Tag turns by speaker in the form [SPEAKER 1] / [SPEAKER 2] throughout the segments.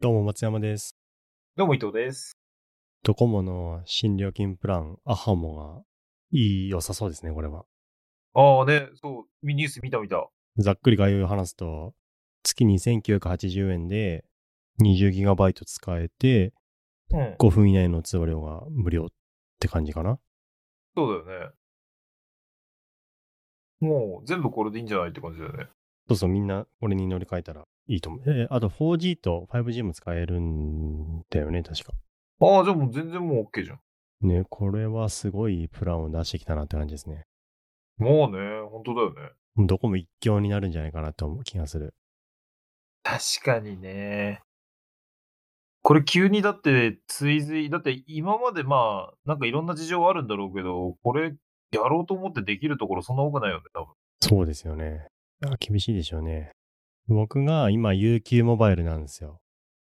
[SPEAKER 1] どうも松山です。
[SPEAKER 2] どうも伊藤です。
[SPEAKER 1] ドコモの新料金プラン、アハモがいい良さそうですね、これは。
[SPEAKER 2] ああね、そう、ニュース見た見た。
[SPEAKER 1] ざっくり概要を話すと、月2980円で 20GB 使えて、
[SPEAKER 2] うん。
[SPEAKER 1] 5分以内の通話料が無料って感じかな。
[SPEAKER 2] そうだよね。もう、全部これでいいんじゃないって感じだよね。
[SPEAKER 1] そうそう、みんな俺に乗り換えたらいいと思う。えーあと 4G と 5G も使えるんだよね、確か。
[SPEAKER 2] ああ、じゃあもう全然もう OK じゃん。
[SPEAKER 1] ね、これはすごいプランを出してきたなって感じですね。
[SPEAKER 2] もうね、本当だよね。
[SPEAKER 1] ドコモ一強になるんじゃないかなと思う気がする。
[SPEAKER 2] 確かにね。これ急にだって追随、だって今までまあ、なんかいろんな事情はあるんだろうけど、これやろうと思ってできるところそんな多くないよね、多分。
[SPEAKER 1] そうですよね。いや厳しいでしょうね。僕が今 UQ モバイルなんですよ。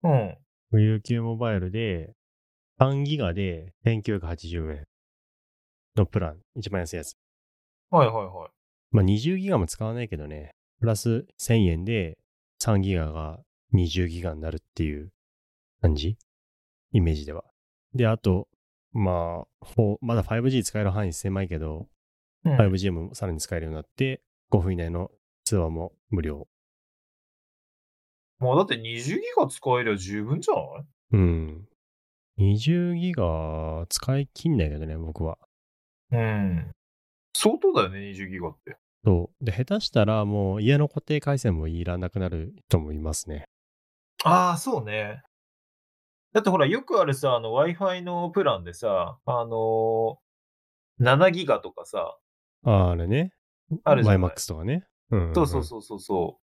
[SPEAKER 2] うん。
[SPEAKER 1] UQ モバイルで3ギガで1980円のプラン。一番安いやつ。
[SPEAKER 2] はいはいはい。
[SPEAKER 1] まあ20ギガも使わないけどね。プラス1000円で3ギガが20ギガになるっていう感じイメージでは。で、あと、まあ、ほうまだ 5G 使える範囲狭いけど、
[SPEAKER 2] うん、
[SPEAKER 1] 5G もさらに使えるようになって、5分以内の通話も無料。
[SPEAKER 2] まあだって20ギガ使えりゃ十分じゃない
[SPEAKER 1] うん。20ギガ使い切んないけどね、僕は。
[SPEAKER 2] うん。相当だよね、20ギガって。
[SPEAKER 1] そう。で、下手したらもう家の固定回線もいらなくなる人もいますね。
[SPEAKER 2] ああ、そうね。だってほら、よくあるさ、あの Wi-Fi のプランでさ、あのー7ギガとかさ、
[SPEAKER 1] ああれね。
[SPEAKER 2] あるじゃない
[SPEAKER 1] YMAX とかね。うん、
[SPEAKER 2] そうそうそうそうそう。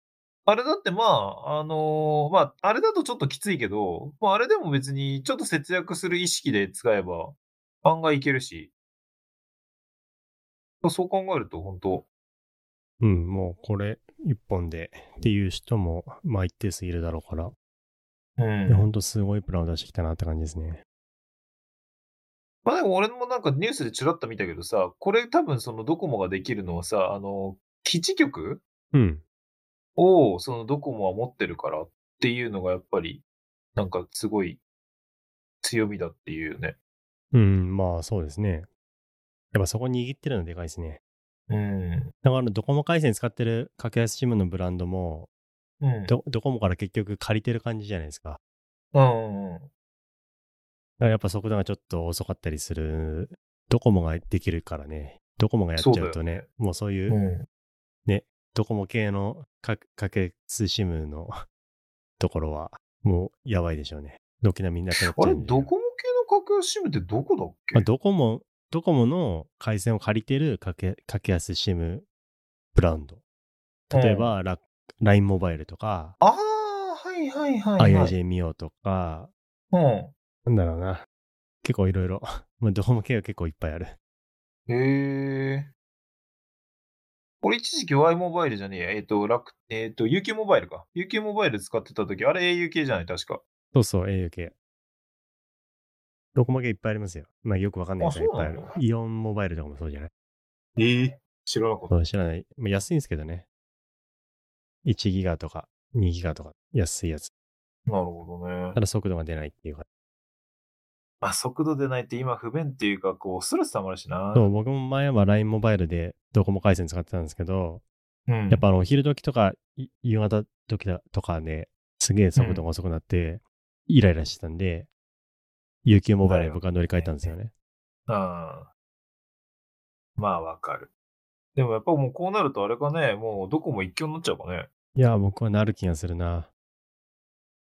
[SPEAKER 2] あれだってまあ、あのーまあ、あれだとちょっときついけど、まあ、あれでも別にちょっと節約する意識で使えば、案外いけるし。そう考えると、本当
[SPEAKER 1] う。うん、もうこれ一本でっていう人も、まあ一定数いるだろうから。
[SPEAKER 2] う
[SPEAKER 1] いや、ほ
[SPEAKER 2] ん。
[SPEAKER 1] んとすごいプランを出してきたなって感じですね。
[SPEAKER 2] まあでも俺もなんかニュースでちらっと見たけどさ、これ多分そのドコモができるのはさ、あの、基地局
[SPEAKER 1] うん。
[SPEAKER 2] を、そのドコモは持ってるからっていうのがやっぱり、なんかすごい強みだっていうね。
[SPEAKER 1] うん、まあそうですね。やっぱそこ握ってるのでかいですね。
[SPEAKER 2] うん。
[SPEAKER 1] だからドコモ回線使ってる格安 SIM のブランドも、
[SPEAKER 2] うん。
[SPEAKER 1] どドコモから結局借りてる感じじゃないですか。
[SPEAKER 2] うん、うん。
[SPEAKER 1] だからやっぱ速度がちょっと遅かったりする。ドコモができるからね。ドコモがやっちゃう
[SPEAKER 2] そ
[SPEAKER 1] と
[SPEAKER 2] うだ
[SPEAKER 1] ね、
[SPEAKER 2] よね。
[SPEAKER 1] もうそういううんドコモ系のかけ通シムの ところは、もうやばいでしょうね。軒並みなくなっち
[SPEAKER 2] あ
[SPEAKER 1] ゃ
[SPEAKER 2] れ、
[SPEAKER 1] うんで
[SPEAKER 2] ドコモ系の格安シムってどこだっけ
[SPEAKER 1] まあ、ドコモ、ドコモの回線を借りてるかけ、かけ安シムブランド。例えば、ラ LINE モバイルとか、
[SPEAKER 2] ああ、はいはいはい、はい。
[SPEAKER 1] IIJ ミオとか、
[SPEAKER 2] うん。
[SPEAKER 1] なんだろうな。結構いろいろ。 まあ、ドコモ系は結構いっぱいある。
[SPEAKER 2] へえ。俺一時期 Y モバイルじゃねえや。えっ、と、楽、えっ、と、UQ モバイルか。UQ モバイル使ってた時、あれ au 系じゃない確か。
[SPEAKER 1] そうそう、au 系。ドコモ系いっぱいありますよ。まあよくわかんないやつがいっぱいある
[SPEAKER 2] あそうな。
[SPEAKER 1] イオンモバイルとかもそうじゃない
[SPEAKER 2] ええ。知らなかった
[SPEAKER 1] そ。う知らない。まあ、安いんですけどね。1ギガとか2ギガとか安いやつ。
[SPEAKER 2] なるほどね
[SPEAKER 1] た。だ速度が出ないっていうか。
[SPEAKER 2] まあ、速度でないって今不便っていうか、こう、ストレス溜まるしな。
[SPEAKER 1] そう、僕も前は LINE モバイルでドコモ回線使ってたんですけど、
[SPEAKER 2] うん
[SPEAKER 1] やっぱあの、お昼時とか、い夕方時だとかね、すげえ速度が遅くなって、イライラしてたんで、UQ モバイルに僕は乗り換えたんですよね。
[SPEAKER 2] ああ。まあ、わかる。でもやっぱもうこうなるとあれかね、もうどこも一強になっちゃうかね。
[SPEAKER 1] いや、僕はなる気がするな。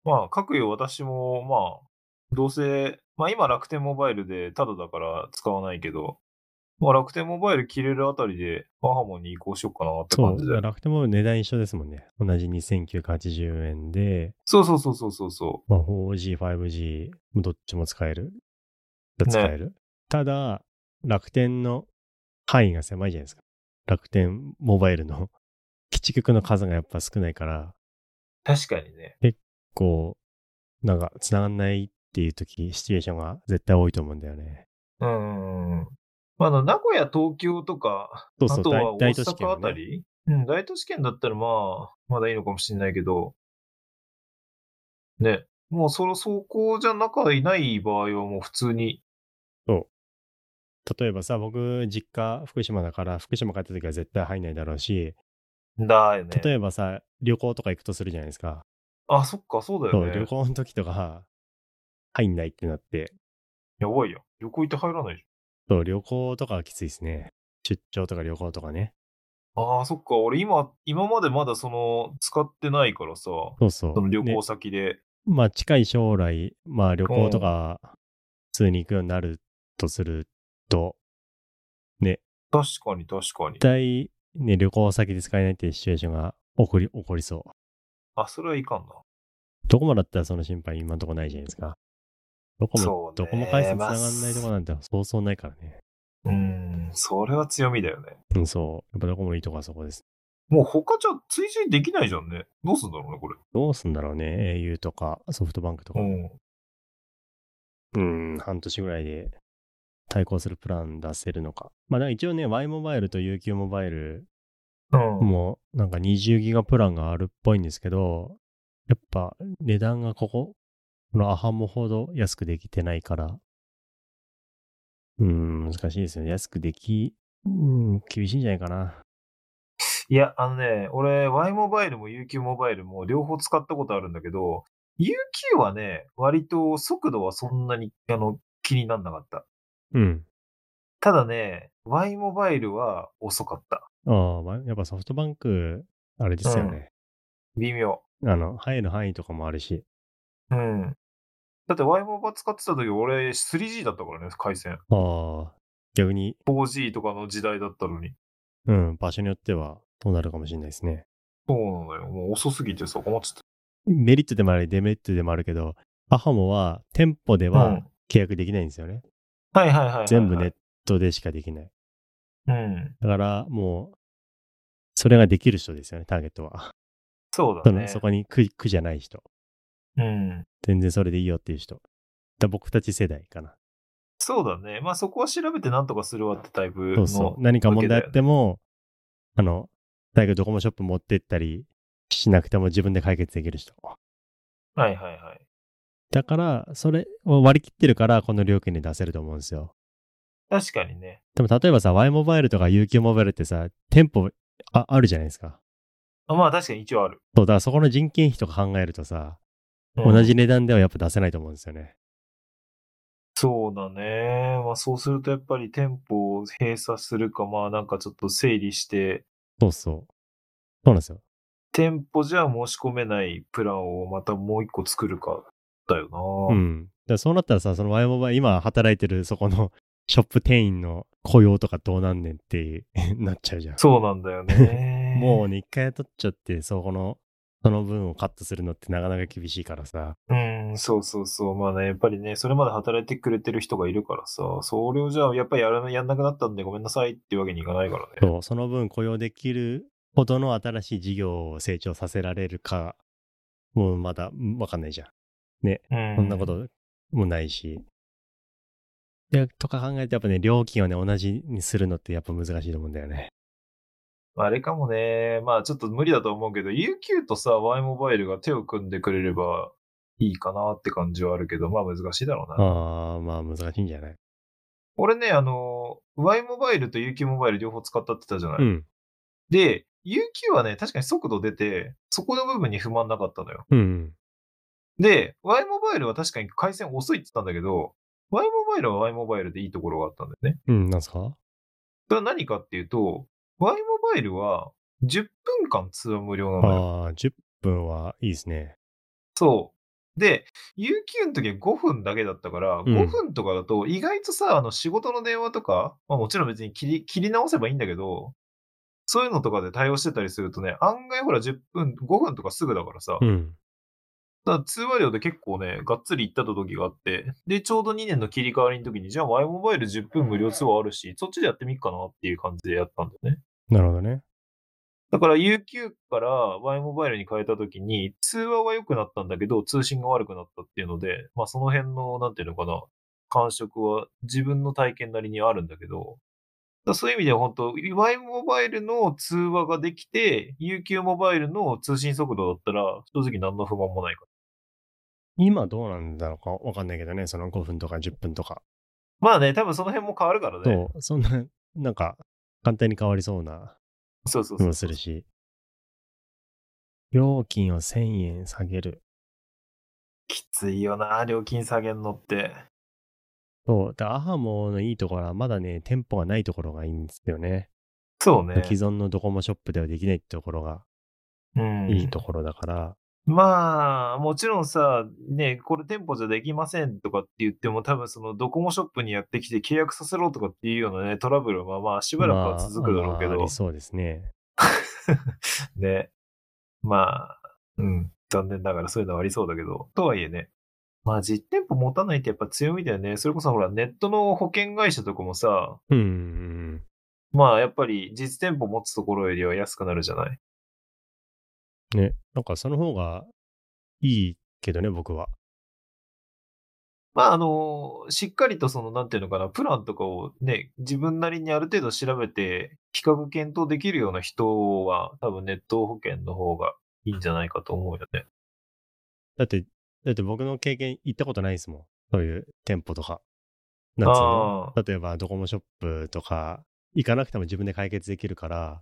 [SPEAKER 2] まあ、各よ私も、まあ、どうせ、まあ今楽天モバイルでタダだから使わないけど、まあ楽天モバイル切れるあたりで、アハモに移行しようかなって
[SPEAKER 1] そ
[SPEAKER 2] 感
[SPEAKER 1] う、
[SPEAKER 2] じ
[SPEAKER 1] だから
[SPEAKER 2] だよね。
[SPEAKER 1] 楽天モバイル値段一緒ですもんね。同じ2980円で、
[SPEAKER 2] そうそうそうそうそうそ
[SPEAKER 1] まあ、4G、5G、どっちも使える。使える。ただ、楽天の範囲が狭いじゃないですか。楽天モバイルの 基地局の数がやっぱ少ないから、
[SPEAKER 2] う。確かにね。
[SPEAKER 1] こう、なんか繋がんないっていう時、シチュエーションが絶対多いと思うんだよね。
[SPEAKER 2] うんうんうん。まああの、名古屋、東京とか、
[SPEAKER 1] そう
[SPEAKER 2] あ
[SPEAKER 1] そう、
[SPEAKER 2] とは
[SPEAKER 1] 大
[SPEAKER 2] 大
[SPEAKER 1] 大都市圏
[SPEAKER 2] 阪
[SPEAKER 1] は
[SPEAKER 2] あた
[SPEAKER 1] ね。
[SPEAKER 2] り、うん、大都市圏だったらまあ、まだいいのかもしれないけど、ね、もうその走行じゃ仲いない場合はもう普通に。
[SPEAKER 1] 例えばさ、僕、実家、福島だから、福島帰った時は絶対入んないだろうし、
[SPEAKER 2] だよね。
[SPEAKER 1] 例えばさ、旅行とか行くとするじゃないですか。
[SPEAKER 2] あ、そっか、そうだ
[SPEAKER 1] そ
[SPEAKER 2] よ
[SPEAKER 1] う、
[SPEAKER 2] ね
[SPEAKER 1] 旅。行の時とか、入んないってなって、
[SPEAKER 2] やばいやん。旅行行って入らないじ
[SPEAKER 1] そう、旅行とかはきついですね。出張とか旅行とかね。
[SPEAKER 2] ゃん。ああ、そっか。俺今、今までまだその、使ってないからさ、そ
[SPEAKER 1] そうそう。
[SPEAKER 2] の旅
[SPEAKER 1] で
[SPEAKER 2] 行先で。
[SPEAKER 1] まあ近い将来、まあ旅行とか普通に行くようになるとすると、
[SPEAKER 2] 確かに、確かに
[SPEAKER 1] 絶。対ね、旅行先で使えないっていうシチュエーションが起こり、起こりそ
[SPEAKER 2] あ、それはいかんな。
[SPEAKER 1] う。どこもだったらその心配今んとこないじゃないですか。どこ
[SPEAKER 2] そ
[SPEAKER 1] も、
[SPEAKER 2] う
[SPEAKER 1] ど
[SPEAKER 2] ね
[SPEAKER 1] こも回線繋がんないとこなんてそうそうないからね。
[SPEAKER 2] うーん、それは強みだよね。
[SPEAKER 1] うん、そう。やっぱどこもいいとこはそこです。
[SPEAKER 2] もう他じゃ追従できないじゃんね。どうすんだろうね、これ。
[SPEAKER 1] どうすんだろうね。au とかソフトバンクとか。
[SPEAKER 2] ん。
[SPEAKER 1] うん、半年ぐらいで対抗するプラン出せるのか。まあ、だから一応ね、Y モバイルと UQ モバイル
[SPEAKER 2] うん。
[SPEAKER 1] もうなんか20ギガプランがあるっぽいんですけど、やっぱ値段がここ、このアハモほど安くできてないから、うーん、難しいですよね。安くでき、うーん、厳しいんじゃないかな。
[SPEAKER 2] いや、あのね、俺、Y モバイルも UQ モバイルも両方使ったことあるんだけど、UQ はね、割と速度はそんなに、あの、気になんなかった。
[SPEAKER 1] うん。
[SPEAKER 2] ただね、Y モバイルは遅かった。
[SPEAKER 1] ああ、まあやっぱソフトバンク、あれですよね。
[SPEAKER 2] 微妙。
[SPEAKER 1] あの、入る範囲とかもあるし。
[SPEAKER 2] うん。だって Y モバ使ってた時、俺 3G だったからね、回線。
[SPEAKER 1] ああ、逆に、
[SPEAKER 2] 4G とかの時代だったのに。
[SPEAKER 1] うん、場所によっては、どうなるかもしれないですね。
[SPEAKER 2] そうなのよ。もう遅すぎてさ、困っちゃっ
[SPEAKER 1] メリットでもあり、デメリットでもあるけど、アハモは店舗で
[SPEAKER 2] た。うん
[SPEAKER 1] は契約できないんですよね。
[SPEAKER 2] はいはいはいはいはい。
[SPEAKER 1] 全部ネットでしかできない。
[SPEAKER 2] うん。
[SPEAKER 1] だからもう、それができる人ですよね、ターゲットは。
[SPEAKER 2] そうだ
[SPEAKER 1] その
[SPEAKER 2] ね。
[SPEAKER 1] そこに苦苦じゃない人。
[SPEAKER 2] うん。
[SPEAKER 1] 全然それでいいよっていう人。だ僕たち世代かな。
[SPEAKER 2] そうだね。まあそこは調べてなんとかするわってタイプの。
[SPEAKER 1] そうそう。何か問題あっても、あの、大学ドコモショップ持ってったりしなくても自分で解決できる人。
[SPEAKER 2] はいはいはい。
[SPEAKER 1] だから、それを割り切ってるから、この料金で出せると思うんですよ。
[SPEAKER 2] 確かにね。
[SPEAKER 1] でも例えばさ、Y モバイルとか UQ モバイルってさ、店舗ああるじゃないですか。
[SPEAKER 2] あまあ確かに一応ある。
[SPEAKER 1] そう、だからそこの人件費とか考えるとさ、
[SPEAKER 2] うん
[SPEAKER 1] 同じ値段ではやっぱ出せないと思うんですよね。
[SPEAKER 2] そうだね。まあそうするとやっぱり店舗を閉鎖するか、まあなんかちょっと整理して、
[SPEAKER 1] そうそう。そうなんですよ。
[SPEAKER 2] 店舗じゃ申し込めないプランをまたもう一個作るか、だよ
[SPEAKER 1] う
[SPEAKER 2] な。
[SPEAKER 1] ん。だからそうなったらさ、その Y モバイル、今働いてるそこの ショップ店員の雇用とかどうなんねんって なっちゃうじゃん。
[SPEAKER 2] そうなんだよね。
[SPEAKER 1] もうね、一回取っちゃって、そこの、その分をカットするのってなかなか厳しいからさ。
[SPEAKER 2] うん、そうそうそう。まあね、やっぱりね、それまで働いてくれてる人がいるからさ、それをじゃあ、やっぱりやらやんなくなったんでごめんなさいっていうわけにいかないからね。
[SPEAKER 1] そう、その分雇用できるほどの新しい事業を成長させられるか、もうまだうんわかんないじゃん。
[SPEAKER 2] うん。
[SPEAKER 1] そんなこともないし。いや、とか考えてやっぱね、料金をね、同じにするのってやっぱ難しいと思うんだよね。
[SPEAKER 2] あれかもね。まあちょっと無理だと思うけど、UQ とさ、Y モバイルが手を組んでくれればいいかなって感じはあるけど、まあ難しいだろうな。
[SPEAKER 1] ああ、まあ難しいんじゃない
[SPEAKER 2] 俺ね、あの、Y モバイルと UQ モバイル両方使ったって言ったじゃない。
[SPEAKER 1] うん。
[SPEAKER 2] で、UQ はね、確かに速度出て、そこの部分に不満なかったのよ。
[SPEAKER 1] うん。
[SPEAKER 2] で、Y モバイルは確かに回線遅いって言ったんだけど、Y モバイルは Y モバイルでいいところがあったんだよね。
[SPEAKER 1] うん、なんすか
[SPEAKER 2] それは何かっていうと、Y モバイルは10分間通話無料な
[SPEAKER 1] あ
[SPEAKER 2] のよ。
[SPEAKER 1] あー、10分はいいですね。
[SPEAKER 2] そう。で、UQ の時は5分だけだったから、
[SPEAKER 1] ん
[SPEAKER 2] 5分とかだと意外とさ、あの仕事の電話とか、まあもちろん別に切り切り直せばいいんだけど、そういうのとかで対応してたりするとね、案外ほら10分、5分とかすぐだからさ、
[SPEAKER 1] うん。
[SPEAKER 2] だから通話料で結構ね、がっつり行った時があって、で、ちょうど2年の切り替わりの時に、じゃあ Y モバイル10分無料通話あるし、そっちでやってみっかなっていう感じでやったんだよね。
[SPEAKER 1] なるほどね。
[SPEAKER 2] だから UQ から Y モバイルに変えた時に、通話は良くなったんだけど、通信が悪くなったっていうので、まあその辺の、なんていうのかな、感触は自分の体験なりにあるんだけど、だからそういう意味では本当、Y モバイルの通話ができて、UQ モバイルの通信速度だったら、正直何の不満もないか
[SPEAKER 1] 今どうなんだろうかわかんないけどね、その5分とか10分とか。
[SPEAKER 2] まあね、多分その辺も変わるからね。
[SPEAKER 1] と、そんな、なんか、簡単に変わりそうな
[SPEAKER 2] そうそう
[SPEAKER 1] 気
[SPEAKER 2] そう
[SPEAKER 1] もするし。料金を1000円下げる。
[SPEAKER 2] きついよな、料金下げんのって。
[SPEAKER 1] そう。で、アハモのいいところは、まだね、店舗がないところがいいんですよね。
[SPEAKER 2] そうね。
[SPEAKER 1] 既存のドコモショップではできないところが
[SPEAKER 2] うん、
[SPEAKER 1] いいところだから、
[SPEAKER 2] まあ、もちろんさ、ね、これ店舗じゃできませんとかって言っても、多分そのドコモショップにやってきて契約させろとかっていうようなね、トラブルはまあしばらくは続くだろうけ
[SPEAKER 1] ま
[SPEAKER 2] ど、
[SPEAKER 1] あありそうですね。
[SPEAKER 2] ね。まあ、うん、残念ながらそういうのはありそうだけど、とはいえね、まあ実店舗持たないってやっぱ強みだよね。それこそほら、ネットの保険会社とかもさ、
[SPEAKER 1] うんうん
[SPEAKER 2] まあやっぱり実店舗持つところよりは安くなるじゃない。
[SPEAKER 1] うん。ね。なんか、その方がいいけどね、僕は。
[SPEAKER 2] まあ、あの、しっかりとその、なんていうのかな、プランとかをね、自分なりにある程度調べて、比較検討できるような人は、多分ネット保険の方がいいんじゃないかと思うよね。
[SPEAKER 1] だって、だって僕の経験行ったことないですもん。そういう店舗とか。なんつうの
[SPEAKER 2] ああ、
[SPEAKER 1] 例えばドコモショップとか、行かなくても自分で解決できるから、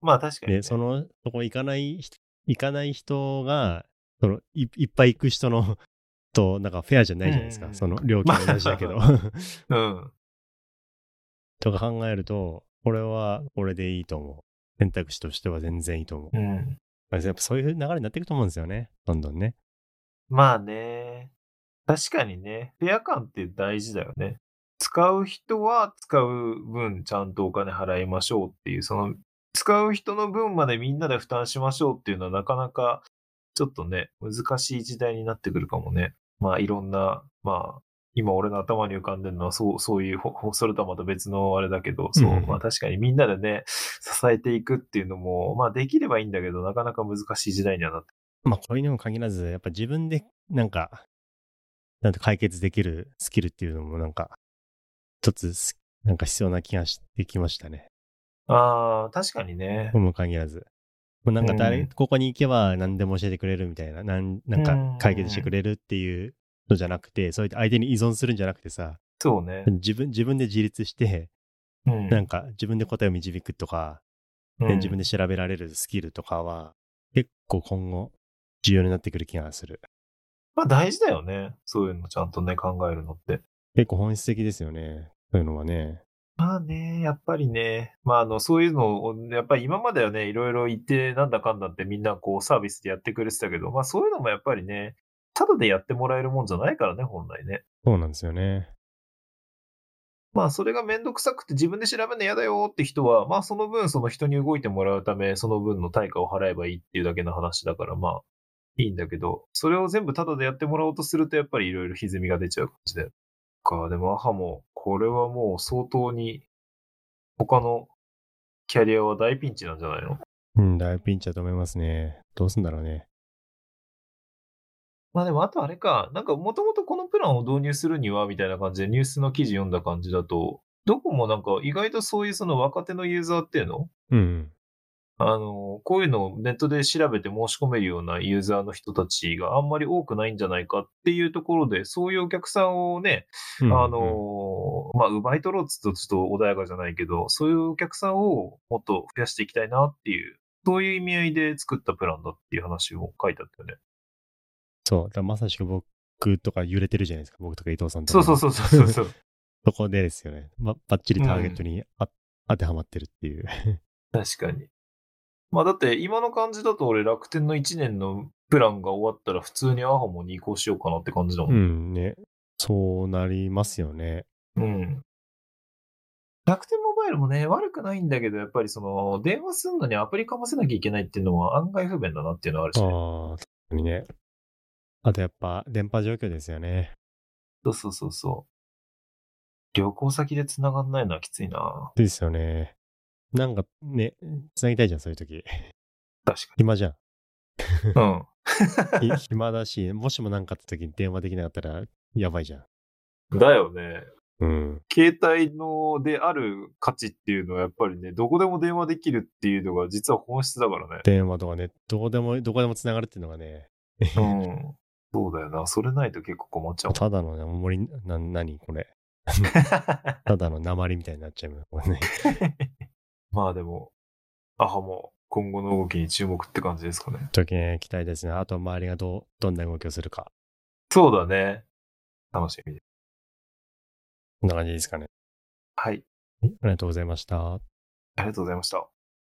[SPEAKER 2] まあ確かに、ね。
[SPEAKER 1] で、その、そこ行かない人、行かない人が、そのい、いっぱい行く人の、 と、なんかフェアじゃないじゃないです
[SPEAKER 2] う
[SPEAKER 1] か。
[SPEAKER 2] ん
[SPEAKER 1] その料金同じだけど。
[SPEAKER 2] うん。
[SPEAKER 1] とか考えると、これはこれでいいと思う。選択肢としては全然いいと思う。
[SPEAKER 2] うん。
[SPEAKER 1] まあやっぱそういう流れになっていくと思うんですよね。どんどんね。
[SPEAKER 2] まあね。確かにね、フェア感って大事だよね。使う人は使う分ちゃんとお金払いましょうっていう、その、使う人の分までみんなで負担しましょうっていうのはなかなかちょっとね、難しい時代になってくるかもね。まあいろんな、まあ、今俺の頭に浮かんでるのはそう、そういう、ほほそれとはまた別のあれだけど、そう、
[SPEAKER 1] うん
[SPEAKER 2] まあ確かにみんなでね、支えていくっていうのも、まあできればいいんだけど、なかなか難しい時代にはなって
[SPEAKER 1] まあ、これにも限らず、やっぱ自分で、なんか、なんと解決できるスキルっていうのも、なんか、一つす、なんか必要な気がしてきましたね。
[SPEAKER 2] ああ、確かにね
[SPEAKER 1] と。も限らず。もうなんか誰、
[SPEAKER 2] うん
[SPEAKER 1] ここに行けば何でも教えてくれるみたいな、なんなん
[SPEAKER 2] うん
[SPEAKER 1] か解決してくれるっていうのじゃなくて、そうやって相手に依存するんじゃなくてさ、
[SPEAKER 2] そうね。
[SPEAKER 1] 自分、自分で自立して、
[SPEAKER 2] うん
[SPEAKER 1] なんか自分で答えを導くとか、
[SPEAKER 2] うん
[SPEAKER 1] 自分で調べられるスキルとかは、結構今後、重要になってくる気がする。
[SPEAKER 2] まあ大事だよね。そういうのちゃんとね、考えるのって。
[SPEAKER 1] 結構本質的ですよね。そういうのはね。
[SPEAKER 2] まあね、やっぱりね、まああの、そういうのを、やっぱり今まではね、いろいろ言って、なんだかんだってみんなこうサービスでやってくれてたけど、まあそういうのもやっぱりね、ただでやってもらえるもんじゃないからね、本来ね。
[SPEAKER 1] そうなんですよね。
[SPEAKER 2] まあそれがめんどくさくて自分で調べるの嫌だよって人は、まあその分その人に動いてもらうため、その分の対価を払えばいいっていうだけの話だから、まあいいんだけど、それを全部タダでやってもらおうとするとやっぱりいろいろ歪みが出ちゃう感じだよ。か、でもアハも、これはもう相当に他のキャリアは大ピンチなんじゃないの
[SPEAKER 1] うん、大ピンチだと思いますね。どうすんだろうね。
[SPEAKER 2] まあでもあとあれか、なんかもともとこのプランを導入するにはみたいな感じでニュースの記事読んだ感じだと、どこもなんか意外とそういうその若手のユーザーっていうの
[SPEAKER 1] うん。
[SPEAKER 2] あの、こういうのをネットで調べて申し込めるようなユーザーの人たちがあんまり多くないんじゃないかっていうところで、そういうお客さんをね、
[SPEAKER 1] あ
[SPEAKER 2] あ、の、まあ、奪い取ろうっつうとちょっと穏やかじゃないけど、そういうお客さんをもっと増やしていきたいなっていう、そういう意味合いで作ったプランだっていう話を書いてあったよね。
[SPEAKER 1] そう。だからまさしく僕とか揺れてるじゃないですか。僕とか伊藤さんとか。
[SPEAKER 2] そうそうそうそうそう。
[SPEAKER 1] そこでですよね。ばばっちりターゲットにあ、当てはまってるって いう。
[SPEAKER 2] 確かに。まあだって今の感じだと俺楽天の1年のプランが終わったら普通にアハもに移行しようかなって感じだもんね
[SPEAKER 1] うんね。そうなりますよね。
[SPEAKER 2] うん。楽天モバイルもね、悪くないんだけど、やっぱりその、電話するのにアプリかませなきゃいけないっていうのは案外不便だなっていうのはあるしね。
[SPEAKER 1] ああ、確かにね。あとやっぱ電波状況ですよね。
[SPEAKER 2] そうそうそうそう。旅行先で繋がんないのはきついな。
[SPEAKER 1] ですよね。なんかね、つなぎたいじゃん、そういう時。
[SPEAKER 2] 確
[SPEAKER 1] 暇 じゃん。
[SPEAKER 2] かに。うん。
[SPEAKER 1] ひ暇だし、もしもなんかあった時に電話できなかったらやばいじゃん。
[SPEAKER 2] だよね。
[SPEAKER 1] うん。
[SPEAKER 2] 携帯のである価値っていうのはやっぱりね、どこでも電話できるっていうのが実は本質だからね。
[SPEAKER 1] 電話とかね、どこでも、どこでもつながるっていうのがね、
[SPEAKER 2] うん。そうだよよな。それないと結構困っ ちゃうも
[SPEAKER 1] ただのね、森、な、なにこれ。
[SPEAKER 2] ん。
[SPEAKER 1] ただの鉛みたいになっちゃうよこれね。
[SPEAKER 2] まあでも、アハも今後の動きに注目って感じですかね。
[SPEAKER 1] ちょっとね期待ですね。あと周りがどう、どんな動きをするか。
[SPEAKER 2] そうだね。楽しみです。
[SPEAKER 1] こんな感じですかね。
[SPEAKER 2] はい。
[SPEAKER 1] はいありがとうございました。
[SPEAKER 2] ありがとうございました。